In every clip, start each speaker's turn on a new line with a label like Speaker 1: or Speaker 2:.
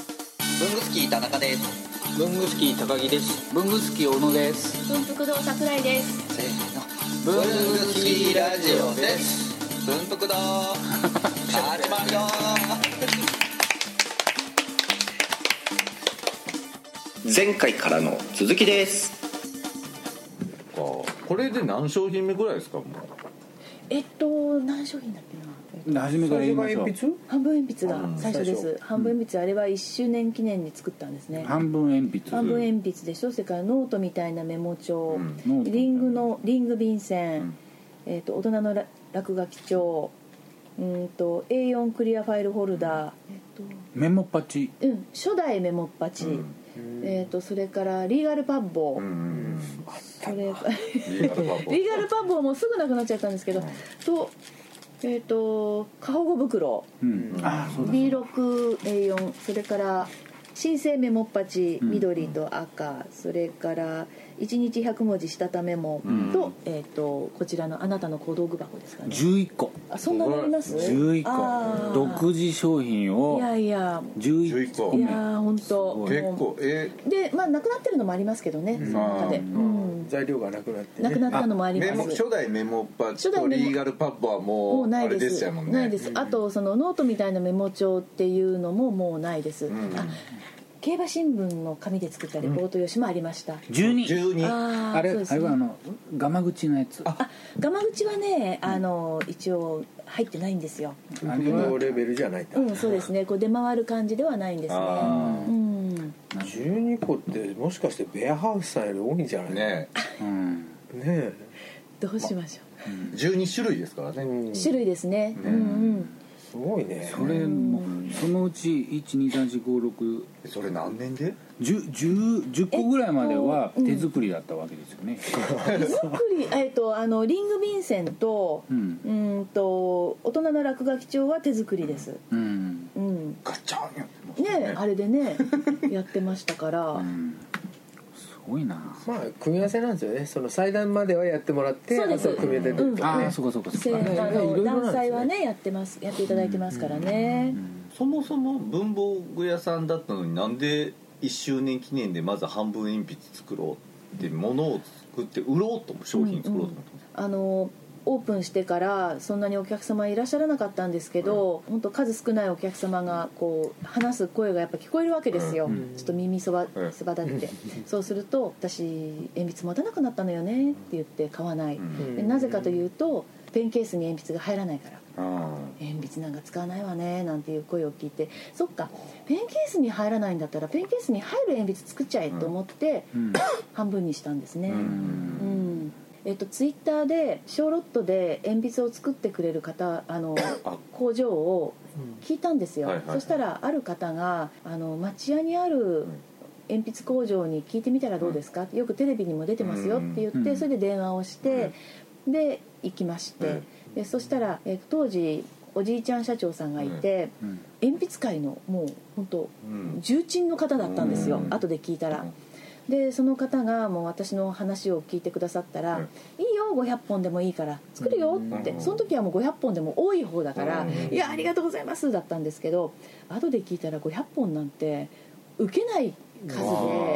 Speaker 1: 文具スキー田中です
Speaker 2: 文具スキー高木です
Speaker 3: 文具好き小野です
Speaker 4: 文福堂桜井です。
Speaker 1: せー
Speaker 2: 文
Speaker 1: の文具スキーラジオです文福 堂始まるよ
Speaker 5: 前回からの続きです
Speaker 6: これで何商品目ぐらいですかもう
Speaker 4: えっと何商品だっけな。
Speaker 3: 初めから言いましょう
Speaker 4: 半分鉛筆が最初です。半分鉛筆あれは1周年記念に作ったんですね。
Speaker 3: 半分鉛筆
Speaker 4: 半分鉛筆でしょ。それからノートみたいなメモ帳、
Speaker 3: ノート
Speaker 4: リングのリング便箋、えっと大人のら落書き帳、うーんと A4 クリアファイルホルダー、
Speaker 3: メモパチ
Speaker 4: うん初代メモっぱち、えっとそれからリーガルパッボ、
Speaker 6: うん
Speaker 4: それから。
Speaker 6: リーガルパ
Speaker 4: リーガルパブはもうすぐなくなっちゃったんですけど、とえっ、と過保護袋
Speaker 3: うんああそうだ
Speaker 4: B6A4 それから新生メモっぱち緑と赤、それから1日100文字したためもと,、えっ、とこちらのあなたの小道具箱ですかね
Speaker 3: 11個
Speaker 4: あそんなにあります
Speaker 3: 11
Speaker 4: あ
Speaker 3: 個
Speaker 4: ー
Speaker 3: 独自商品
Speaker 4: い
Speaker 3: を
Speaker 4: やいや
Speaker 3: 11個
Speaker 4: い
Speaker 3: 目
Speaker 4: やー本当もう
Speaker 6: 結構え
Speaker 4: でまあなくなってるのもありますけどねその中で、うん、
Speaker 7: 材料がなくなって、
Speaker 4: なくなったのもありま
Speaker 6: メモ
Speaker 4: す
Speaker 6: 初代メモパチ
Speaker 4: 初代
Speaker 6: と
Speaker 4: メモ
Speaker 6: リーガルパッボは
Speaker 4: も
Speaker 6: も
Speaker 4: う
Speaker 6: う
Speaker 4: な
Speaker 6: あ
Speaker 4: い
Speaker 6: れ
Speaker 4: で
Speaker 6: ですしたもんね
Speaker 4: ないですあとそのノートみたいなメモ帳っていうのももうないです、
Speaker 6: ん
Speaker 4: あ競馬新聞の紙で作ったレポート用紙もありました、
Speaker 3: 12
Speaker 6: 12
Speaker 4: あー
Speaker 3: あれ
Speaker 4: そうで
Speaker 3: あ
Speaker 4: す
Speaker 3: れ
Speaker 4: ね
Speaker 3: はあのガマ口のやつあ
Speaker 4: あガマ口はねあの一応入ってないんですよ
Speaker 3: れは
Speaker 7: 同レベルじゃないんだ
Speaker 4: うんそうですねこう出回る感じではないんですね
Speaker 6: あ
Speaker 4: うん
Speaker 7: 12個ってもしかしてベアハウスさんより多いんじゃないね
Speaker 6: ね
Speaker 3: うん
Speaker 7: え
Speaker 4: どうしましょ
Speaker 6: 12種類ですから
Speaker 7: う
Speaker 6: ね
Speaker 4: うん
Speaker 7: す
Speaker 4: 種類ですねうん
Speaker 7: ごいね
Speaker 3: それもそのうち1234561
Speaker 6: それ何年で
Speaker 3: 0個ぐらいまでは手作りだったわけです よね
Speaker 4: うん手作りえっとあのリング便箋と
Speaker 3: う
Speaker 4: うんんと大人の落書き帳は手作りです
Speaker 3: うん
Speaker 4: うん
Speaker 6: ガチャンやってました
Speaker 4: ねあれでねやってましたから、
Speaker 3: うんすごいな
Speaker 7: まあ組み合わせなんですよねその祭壇まではやってもらって
Speaker 4: そうで
Speaker 7: あ
Speaker 4: す
Speaker 7: と組み立てるとか
Speaker 3: あ
Speaker 7: ね
Speaker 3: あそうかそうかそ
Speaker 4: せ
Speaker 3: うか
Speaker 4: ー
Speaker 7: いろいろな
Speaker 4: の
Speaker 7: んで
Speaker 4: 断
Speaker 7: すね
Speaker 4: 裁はねやってますやっていただいてますからね、
Speaker 6: そもそも文房具屋さんだったのになんで1周年記念でまず半分鉛筆作ろうってものを作って売ろうとも商品作ろうと思って
Speaker 4: あのオープンしてからそんなにお客様いらっしゃらなかったんですけど、本当数少ないお客様がこう話す声がやっぱ聞こえるわけですよ、ちょっと耳そば
Speaker 6: うん
Speaker 4: すばだって、そうすると「私鉛筆持たなくなったのよね」って言って買わない、
Speaker 6: ん
Speaker 4: でなぜかというとペンケースに鉛筆が入らないから
Speaker 6: あ
Speaker 4: 鉛筆なんか使わないわねなんていう声を聞いてそっかペンケースに入らないんだったらペンケースに入る鉛筆作っちゃえと思って、半分にしたんですね、うんえっと、ツイッターで小ロットで鉛筆を作ってくれる方あの
Speaker 6: あ
Speaker 4: 工場を聞いたんですよ、
Speaker 6: はいはいはい
Speaker 4: そしたらある方があの町屋にある鉛筆工場に聞いてみたらどうですか、よくテレビにも出てますよって言って、
Speaker 3: うん
Speaker 4: それで電話をして、で行きまして、でそしたら、えー当時おじいちゃん社長さんがいて、
Speaker 3: うん
Speaker 4: 鉛筆界のもう本当
Speaker 6: ん
Speaker 4: 重鎮の方だったんですよ、
Speaker 6: うん
Speaker 4: 後で聞いたら。でその方がもう私の話を聞いてくださったら
Speaker 6: うん
Speaker 4: 「いいよ500本でもいいから作るよ」って
Speaker 6: うん
Speaker 4: その時はもう500本でも多い方だから「いやありがとうございます」だったんですけど後で聞いたら500本なんて受けない数で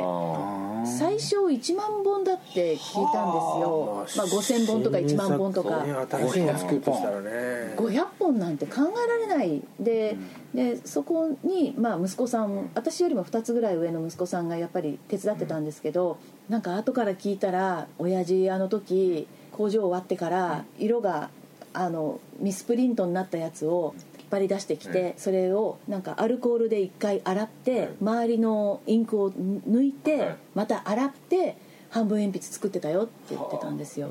Speaker 6: あ
Speaker 4: 最小1万本だって聞いたんですよ、まあ、5000本とか1万本とか
Speaker 7: 新しいの作るとしたらね
Speaker 4: 500本なんて考えられないで,、でそこに、まあ、息子さん私よりも2つぐらい上の息子さんがやっぱり手伝ってたんですけど、なんか後から聞いたら親父あの時工場終わってから色があのミスプリントになったやつを引っ張り出してきて、それをなんかアルコールで1回洗って、周りのインクを抜いて、
Speaker 6: はい
Speaker 4: また洗って半分鉛筆作ってたよって言ってたんですよ。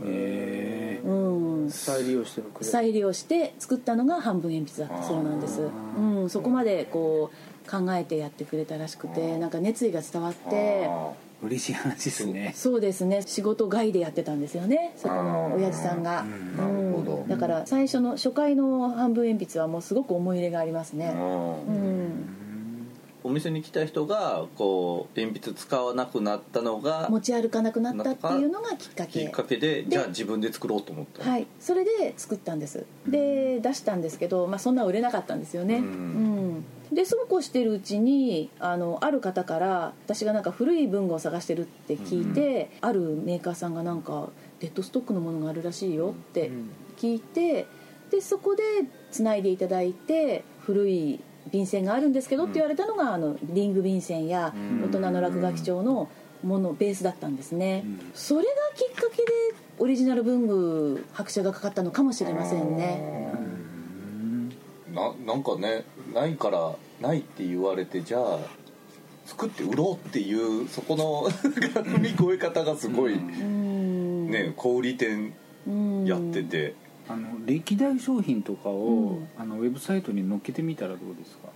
Speaker 4: うん
Speaker 7: 再利用してるくれる
Speaker 4: 再利用して作ったのが半分鉛筆だったそうなんです、うん、そこまでこう考えてやってくれたらしくてなんか熱意が伝わって
Speaker 3: 嬉しい話ですね
Speaker 4: そうですね仕事外でやってたんですよねそこの親父さんが、うんだから最初の初回の半分鉛筆はもうすごく思い入れがあります
Speaker 6: あ
Speaker 4: ね、うん、
Speaker 6: お店に来た人がこう鉛筆使わなくなったのが
Speaker 4: 持ち歩かなくなったっていうのがきっか
Speaker 6: きっ
Speaker 4: け
Speaker 6: かけで
Speaker 4: で
Speaker 6: じゃあ自分で作ろうと思った
Speaker 4: はいそれで作ったんですで出したんですけど、まあ、そんな売れなかったんですよねうん、でそうこうしてるうちにあのある方から私がなんか古い文具を探してるって聞いて、あるメーカーさんがなんかデッドストックのものがあるらしいよって聞いてでそこでつないでいただいて古い便箋があるんですけどって言われたのが、あのリング便箋や
Speaker 6: うん
Speaker 4: 大人の落書き帳のものベースだったんですね、それがきっかけでオリジナル文具拍車がかかったのかもしれませんね
Speaker 6: ななんかねないからないって言われてじゃあ作って売ろうっていうそこの踏み越え方がすごい、
Speaker 4: うん
Speaker 6: ね小売店
Speaker 4: うん
Speaker 6: やってて、
Speaker 3: あの歴代商品とかを、
Speaker 4: うん
Speaker 3: あのウェブサイトに載っけてみたらどうですか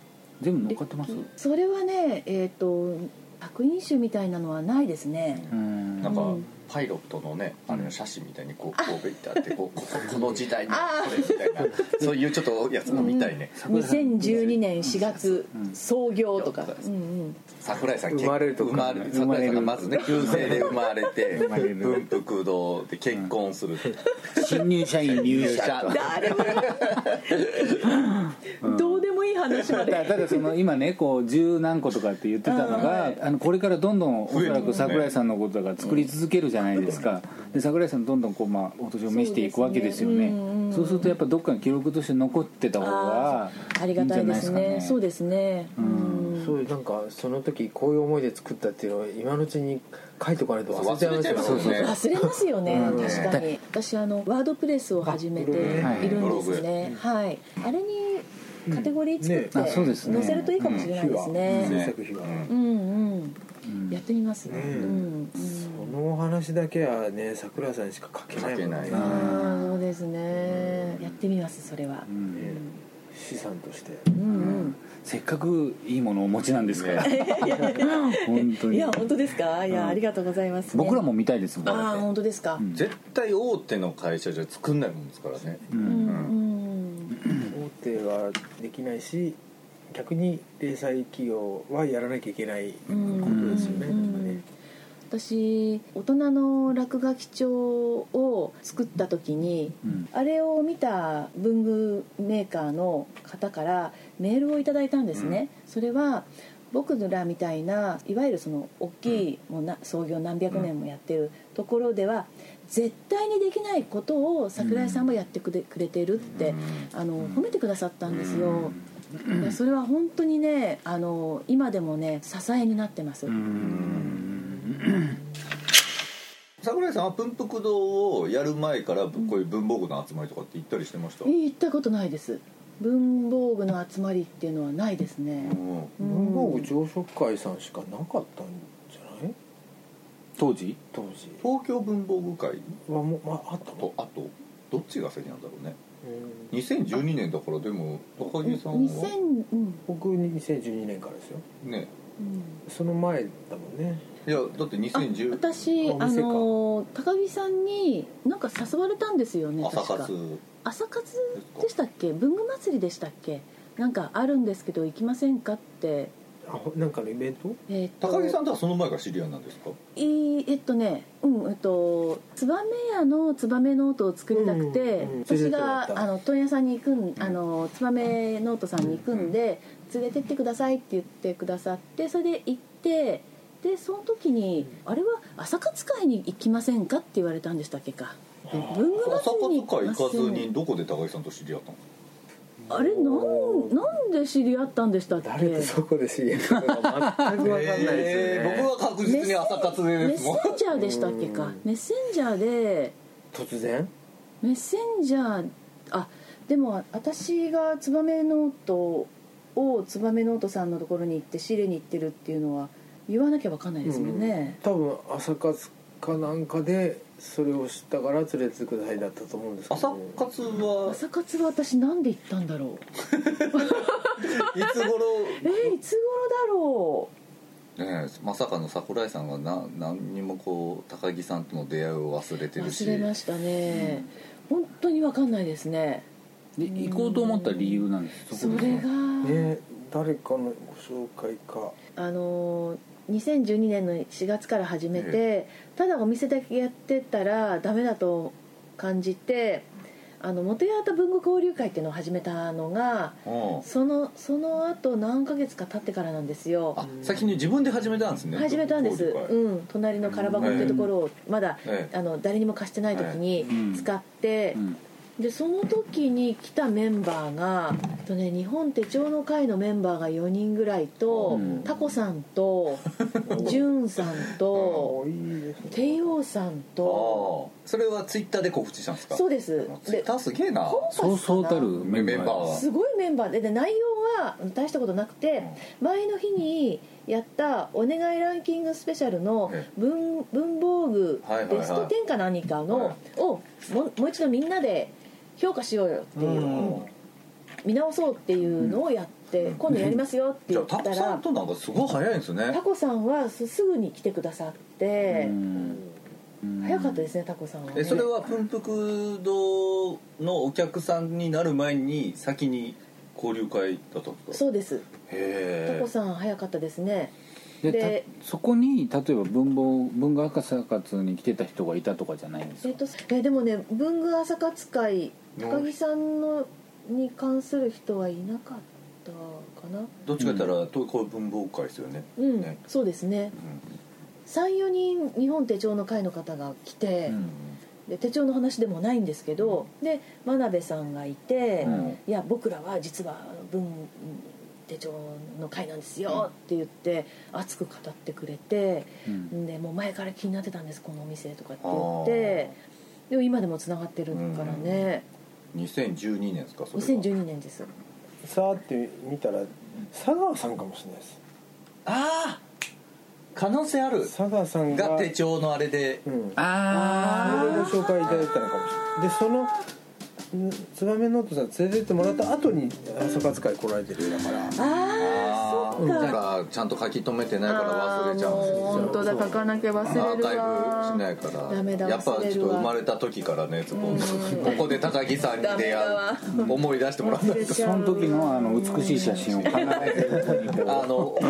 Speaker 3: 全部載っかってます
Speaker 4: それはねえっ、と作品集みたいなのはないですね
Speaker 3: うん
Speaker 6: なんか
Speaker 4: うん
Speaker 6: パイロットのねあれの写真みたいにこうこうベッてあってこうこここの時代のこ
Speaker 4: あ
Speaker 6: れみたいなそういうちょっとやつも見たいね、
Speaker 4: 2012年4月
Speaker 3: うん
Speaker 4: 創業とか、
Speaker 6: う
Speaker 4: うんうん、
Speaker 6: 桜井さん
Speaker 7: 生まれるとか
Speaker 6: 生まれ
Speaker 3: 生ま
Speaker 6: 桜
Speaker 3: れ
Speaker 6: 井
Speaker 3: る
Speaker 6: さんがまずね旧姓で生まれて
Speaker 3: まれる
Speaker 6: 文福堂で結婚する、
Speaker 3: 新入社員入
Speaker 6: 入社
Speaker 3: 社と
Speaker 4: 誰もどうでもいい話ま
Speaker 3: た だ
Speaker 4: で
Speaker 3: ただその今ねこう十何個とかって言ってたのが、あのこれからどんどんおそらく桜井さんのことが作り続けるじゃないですか、で桜井さんどんどんこう、まあ、お年を召していくわけですよね
Speaker 4: そうですねうんう
Speaker 3: そう
Speaker 4: ん
Speaker 3: するとやっぱどっかに記録として残ってた方が
Speaker 4: あり
Speaker 3: いい
Speaker 4: が
Speaker 3: んじ
Speaker 4: た
Speaker 3: ゃ
Speaker 4: い
Speaker 3: な
Speaker 4: で
Speaker 3: いですすか
Speaker 4: ね
Speaker 3: ね
Speaker 4: そうですねうん
Speaker 7: そういうなんかその時こういう思いで作ったっていうのを今のうちに書いとかないと忘れちゃいますよね
Speaker 6: そう忘れちゃいますよね
Speaker 4: 忘れますよね、
Speaker 7: うん
Speaker 4: 確かに私あのワードプレスを始めてい
Speaker 7: あ
Speaker 4: るんで
Speaker 6: ブログ
Speaker 4: すねはいあれにカテゴリー作って
Speaker 3: うんねあそ
Speaker 4: 載
Speaker 3: うですね
Speaker 4: せるといいかもしれないです
Speaker 6: うん
Speaker 4: ね
Speaker 7: 制作費は、
Speaker 6: うん
Speaker 4: うんうんやってみますね
Speaker 7: ね
Speaker 4: うん
Speaker 7: そのお話だけはね桜井さんにしか書けないもんね
Speaker 6: 書け
Speaker 4: あ
Speaker 6: ない
Speaker 4: あそうですねやってみますそれは
Speaker 3: うん
Speaker 7: ね資産として
Speaker 4: うん
Speaker 3: せっかくいいものをお持ちなんですから、 本当
Speaker 4: うんい
Speaker 3: に
Speaker 4: や本当ですかいやありがとうございますね
Speaker 3: 僕らも見たいですもん
Speaker 4: ああ本当ですか
Speaker 3: ん
Speaker 6: 絶対大手の会社じゃ作んないもんですからね、
Speaker 3: うん
Speaker 4: うんうん
Speaker 7: 大手はできないし逆に零細企業はやらなきゃいけないことですよね,、
Speaker 4: うん
Speaker 7: ね
Speaker 4: 私大人の落書き帳を作った時に
Speaker 3: うん
Speaker 4: あれを見た文具メーカーの方からメールをいただいたんですね、それは僕らみたいないわゆるその大きい、もうな創業何百年もやってるところでは絶対にできないことを桜井さんもやってくれ,、くれてるって、あの褒めてくださったんですよ、いやそれは本当にねあの今でもね支えになってます、
Speaker 6: 桜井さんは文福堂をやる前からこういう文房具の集まりとかって行ったりしてました、
Speaker 4: 行ったことないです文房具の集まりっていうのはないですね、
Speaker 6: うん
Speaker 4: うん
Speaker 7: 文房具常食会さんしかなかったんじゃない
Speaker 3: 当時
Speaker 7: 当時
Speaker 6: 東京文房具会
Speaker 7: はもう、まあ、あった
Speaker 6: と
Speaker 7: の
Speaker 6: あとどっちが先なんだろうね
Speaker 7: うん
Speaker 6: 2012年だからでも高木さんは
Speaker 4: 2000うん
Speaker 7: 僕2012年からですよ
Speaker 6: ね
Speaker 4: うん
Speaker 7: その前だもんね
Speaker 6: いやだって
Speaker 4: あ
Speaker 6: 2010
Speaker 4: 私あ
Speaker 7: お店か
Speaker 4: の高木さんになんか誘われたんですよね
Speaker 6: 朝
Speaker 4: 確か
Speaker 6: 活
Speaker 4: 朝活でしたっけ文具祭りでしたっけなんかあるんですけど行きませんかって
Speaker 7: あほなんかのイベント
Speaker 4: えっと
Speaker 6: 高木さんとはその前から知り合いなんですか
Speaker 4: いいえっとねうんえっと燕屋の燕ノートを作りたくて、
Speaker 7: うんうん
Speaker 4: 私
Speaker 7: 連れてってもらっ
Speaker 4: が
Speaker 7: た
Speaker 4: あの問屋さんに行くんあの燕ノートさんに行くんで、連れてってくださいって言ってくださってそれで行ってでその時に、あれは朝活会に行きませんかって言われたんでしたっけか文具
Speaker 6: 朝
Speaker 4: 祭り
Speaker 6: 活
Speaker 4: に行
Speaker 6: 会
Speaker 4: きま
Speaker 6: 行
Speaker 4: せん
Speaker 6: かずにどこで高木さんと知り合ったの
Speaker 4: あれなんなんで知り合ったんでしたっけ
Speaker 7: 誰とそこで知り合ったのか全く分かんないですよね、
Speaker 6: えー僕は確実に朝活
Speaker 4: メ
Speaker 6: で
Speaker 4: ッ
Speaker 6: す
Speaker 4: セ
Speaker 6: もん
Speaker 4: ンジャーでしたっけか
Speaker 7: うん
Speaker 4: メッセンジャーで
Speaker 7: 突然
Speaker 4: メッセンジャーあでも私がツバメノートをツバメノートさんのところに行って仕入れに行ってるっていうのは言わなきゃわかんないですもんね、
Speaker 7: 多分朝活かなんかでそれを知ったから連れてってくださいだったと思うんですけ
Speaker 6: 朝
Speaker 7: ど
Speaker 6: 活は
Speaker 4: 朝活は私なんで行ったんだろう
Speaker 6: いつ頃
Speaker 4: えー、いつ頃
Speaker 6: ねえまさかの桜井さんがな何にもこう高木さんとの出会いを忘れて
Speaker 4: だろう
Speaker 6: るし
Speaker 4: 忘れましたね、本当にわかんないですね
Speaker 3: で行こうと思った理由なんです
Speaker 4: そ
Speaker 3: こ
Speaker 4: れが、
Speaker 7: ね誰かのご紹介か
Speaker 4: あのー2012年の4月から始めて、ただお店だけやってたらダメだと感じてあの元八幡文具交流会っていうのを始めたのが
Speaker 6: うん
Speaker 4: そのその後何ヶ月か経ってからなんですよ
Speaker 6: あ先に自分で始めたんですね
Speaker 4: 始めたんです、
Speaker 6: 交流会
Speaker 4: うん、隣のカラバコってところをまだ、
Speaker 6: ええ
Speaker 4: あの誰にも貸してない時
Speaker 3: え
Speaker 4: に
Speaker 3: え
Speaker 4: 使って、
Speaker 3: うん
Speaker 4: でその時に来たメンバーが、えっとね、日本手帳の会のメンバーが4人ぐらいと、
Speaker 3: うん
Speaker 4: タコさん とジュンさんと
Speaker 7: いいですね
Speaker 4: テイオウさん
Speaker 6: ああ
Speaker 4: と
Speaker 6: それはツイッターで告知したんですか
Speaker 4: そう
Speaker 6: で
Speaker 4: です
Speaker 6: ツイッターすげえな
Speaker 4: コンパスかな
Speaker 3: そうそうたるメンバ
Speaker 6: メンバー
Speaker 3: ー
Speaker 6: は
Speaker 4: すごいメンバーでで内容は大したことなくて前の日にやった「お願いランキングスペシャル」の
Speaker 6: え
Speaker 4: 文文房具
Speaker 6: はいはいはい
Speaker 4: ベスト10か何かの、
Speaker 6: は
Speaker 4: をももう一度みんなで評価しようよっていう、
Speaker 7: うん
Speaker 4: 見直そうっていうのをやって、今度やりますよって
Speaker 6: じゃ
Speaker 4: 言
Speaker 6: あタ
Speaker 4: った
Speaker 6: コさん
Speaker 4: ら
Speaker 6: となんかすごい早いんです
Speaker 4: タ
Speaker 6: ね
Speaker 4: コさんはすすぐに来てくださって、早かったですねタコさんは、ね、
Speaker 6: えそれはプンプク堂のお客さんになる前に先に交流会だったんですか
Speaker 4: そうですタ
Speaker 6: へ
Speaker 4: コさん早かったですね
Speaker 3: で
Speaker 4: で
Speaker 3: たそこに例えば文房文具博士活に来てた人がいたとかじゃないんです
Speaker 4: えっ
Speaker 3: か
Speaker 4: と、えでもね文具朝活会
Speaker 6: うん
Speaker 4: 高木さんのに関する人はいなかったかな
Speaker 6: えどっちか言ったら東京文房会ですよね
Speaker 4: うん、
Speaker 6: ね
Speaker 4: そうですね34人日本手帳の会の方が来て、
Speaker 6: うん
Speaker 4: で手帳の話でもないんですけど、で真鍋さんがいて、
Speaker 6: うん
Speaker 4: いや僕らは実は文手帳の会なんですよって言って熱く語ってくれて、
Speaker 3: うん
Speaker 4: でもう前から気になってたんですこのお店とかって言ってでも今でもつながってるからね、
Speaker 6: 2012年ですかそれは
Speaker 4: 2012年です
Speaker 7: さーって見たら佐川さんかもしれないです
Speaker 6: ああ可能性ある
Speaker 7: 佐川さんが
Speaker 6: が手帳のあれで
Speaker 7: うん
Speaker 3: あ
Speaker 7: それご紹介いただいたのかもしれないでそのんツバメノートさん連れてってもらった後に朝活会来られてるだから
Speaker 4: ああそっ
Speaker 6: だ
Speaker 4: か
Speaker 6: からちゃんと書き留めてないから忘れちゃうんです
Speaker 4: あーもう
Speaker 6: よ
Speaker 4: 本当だ書かなきゃ忘
Speaker 6: アー
Speaker 4: れる
Speaker 6: カイブしな
Speaker 4: わ
Speaker 6: いから
Speaker 4: ダメだ
Speaker 6: やっぱ
Speaker 4: 忘れ
Speaker 6: ちょっ
Speaker 4: る
Speaker 6: と
Speaker 4: わ
Speaker 6: 生まれた時からねズボンここで高木さんに出
Speaker 4: ダメだわ
Speaker 6: 会う思い出してもらったん
Speaker 4: 忘
Speaker 6: で
Speaker 4: れ
Speaker 6: す
Speaker 4: ち
Speaker 3: あ
Speaker 4: ゃ
Speaker 3: そうの時のあの美しい写真を考えてここにこう
Speaker 6: あのお子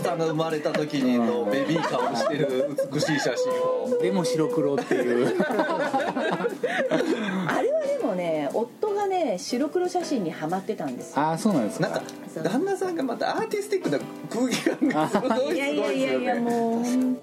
Speaker 6: さんが生まれた時にのベビーカーをしてる美しい写真を
Speaker 3: でも白黒っていう
Speaker 4: あれはでもね夫がね白黒写真にはまってたんですよ
Speaker 3: ああそうなんです
Speaker 6: なんか
Speaker 3: か
Speaker 6: 旦那さんがまたアーティスティックな空気感がすごいすごい
Speaker 4: いやいやい
Speaker 6: です
Speaker 4: や
Speaker 6: よ
Speaker 4: いや
Speaker 6: ね
Speaker 4: もう本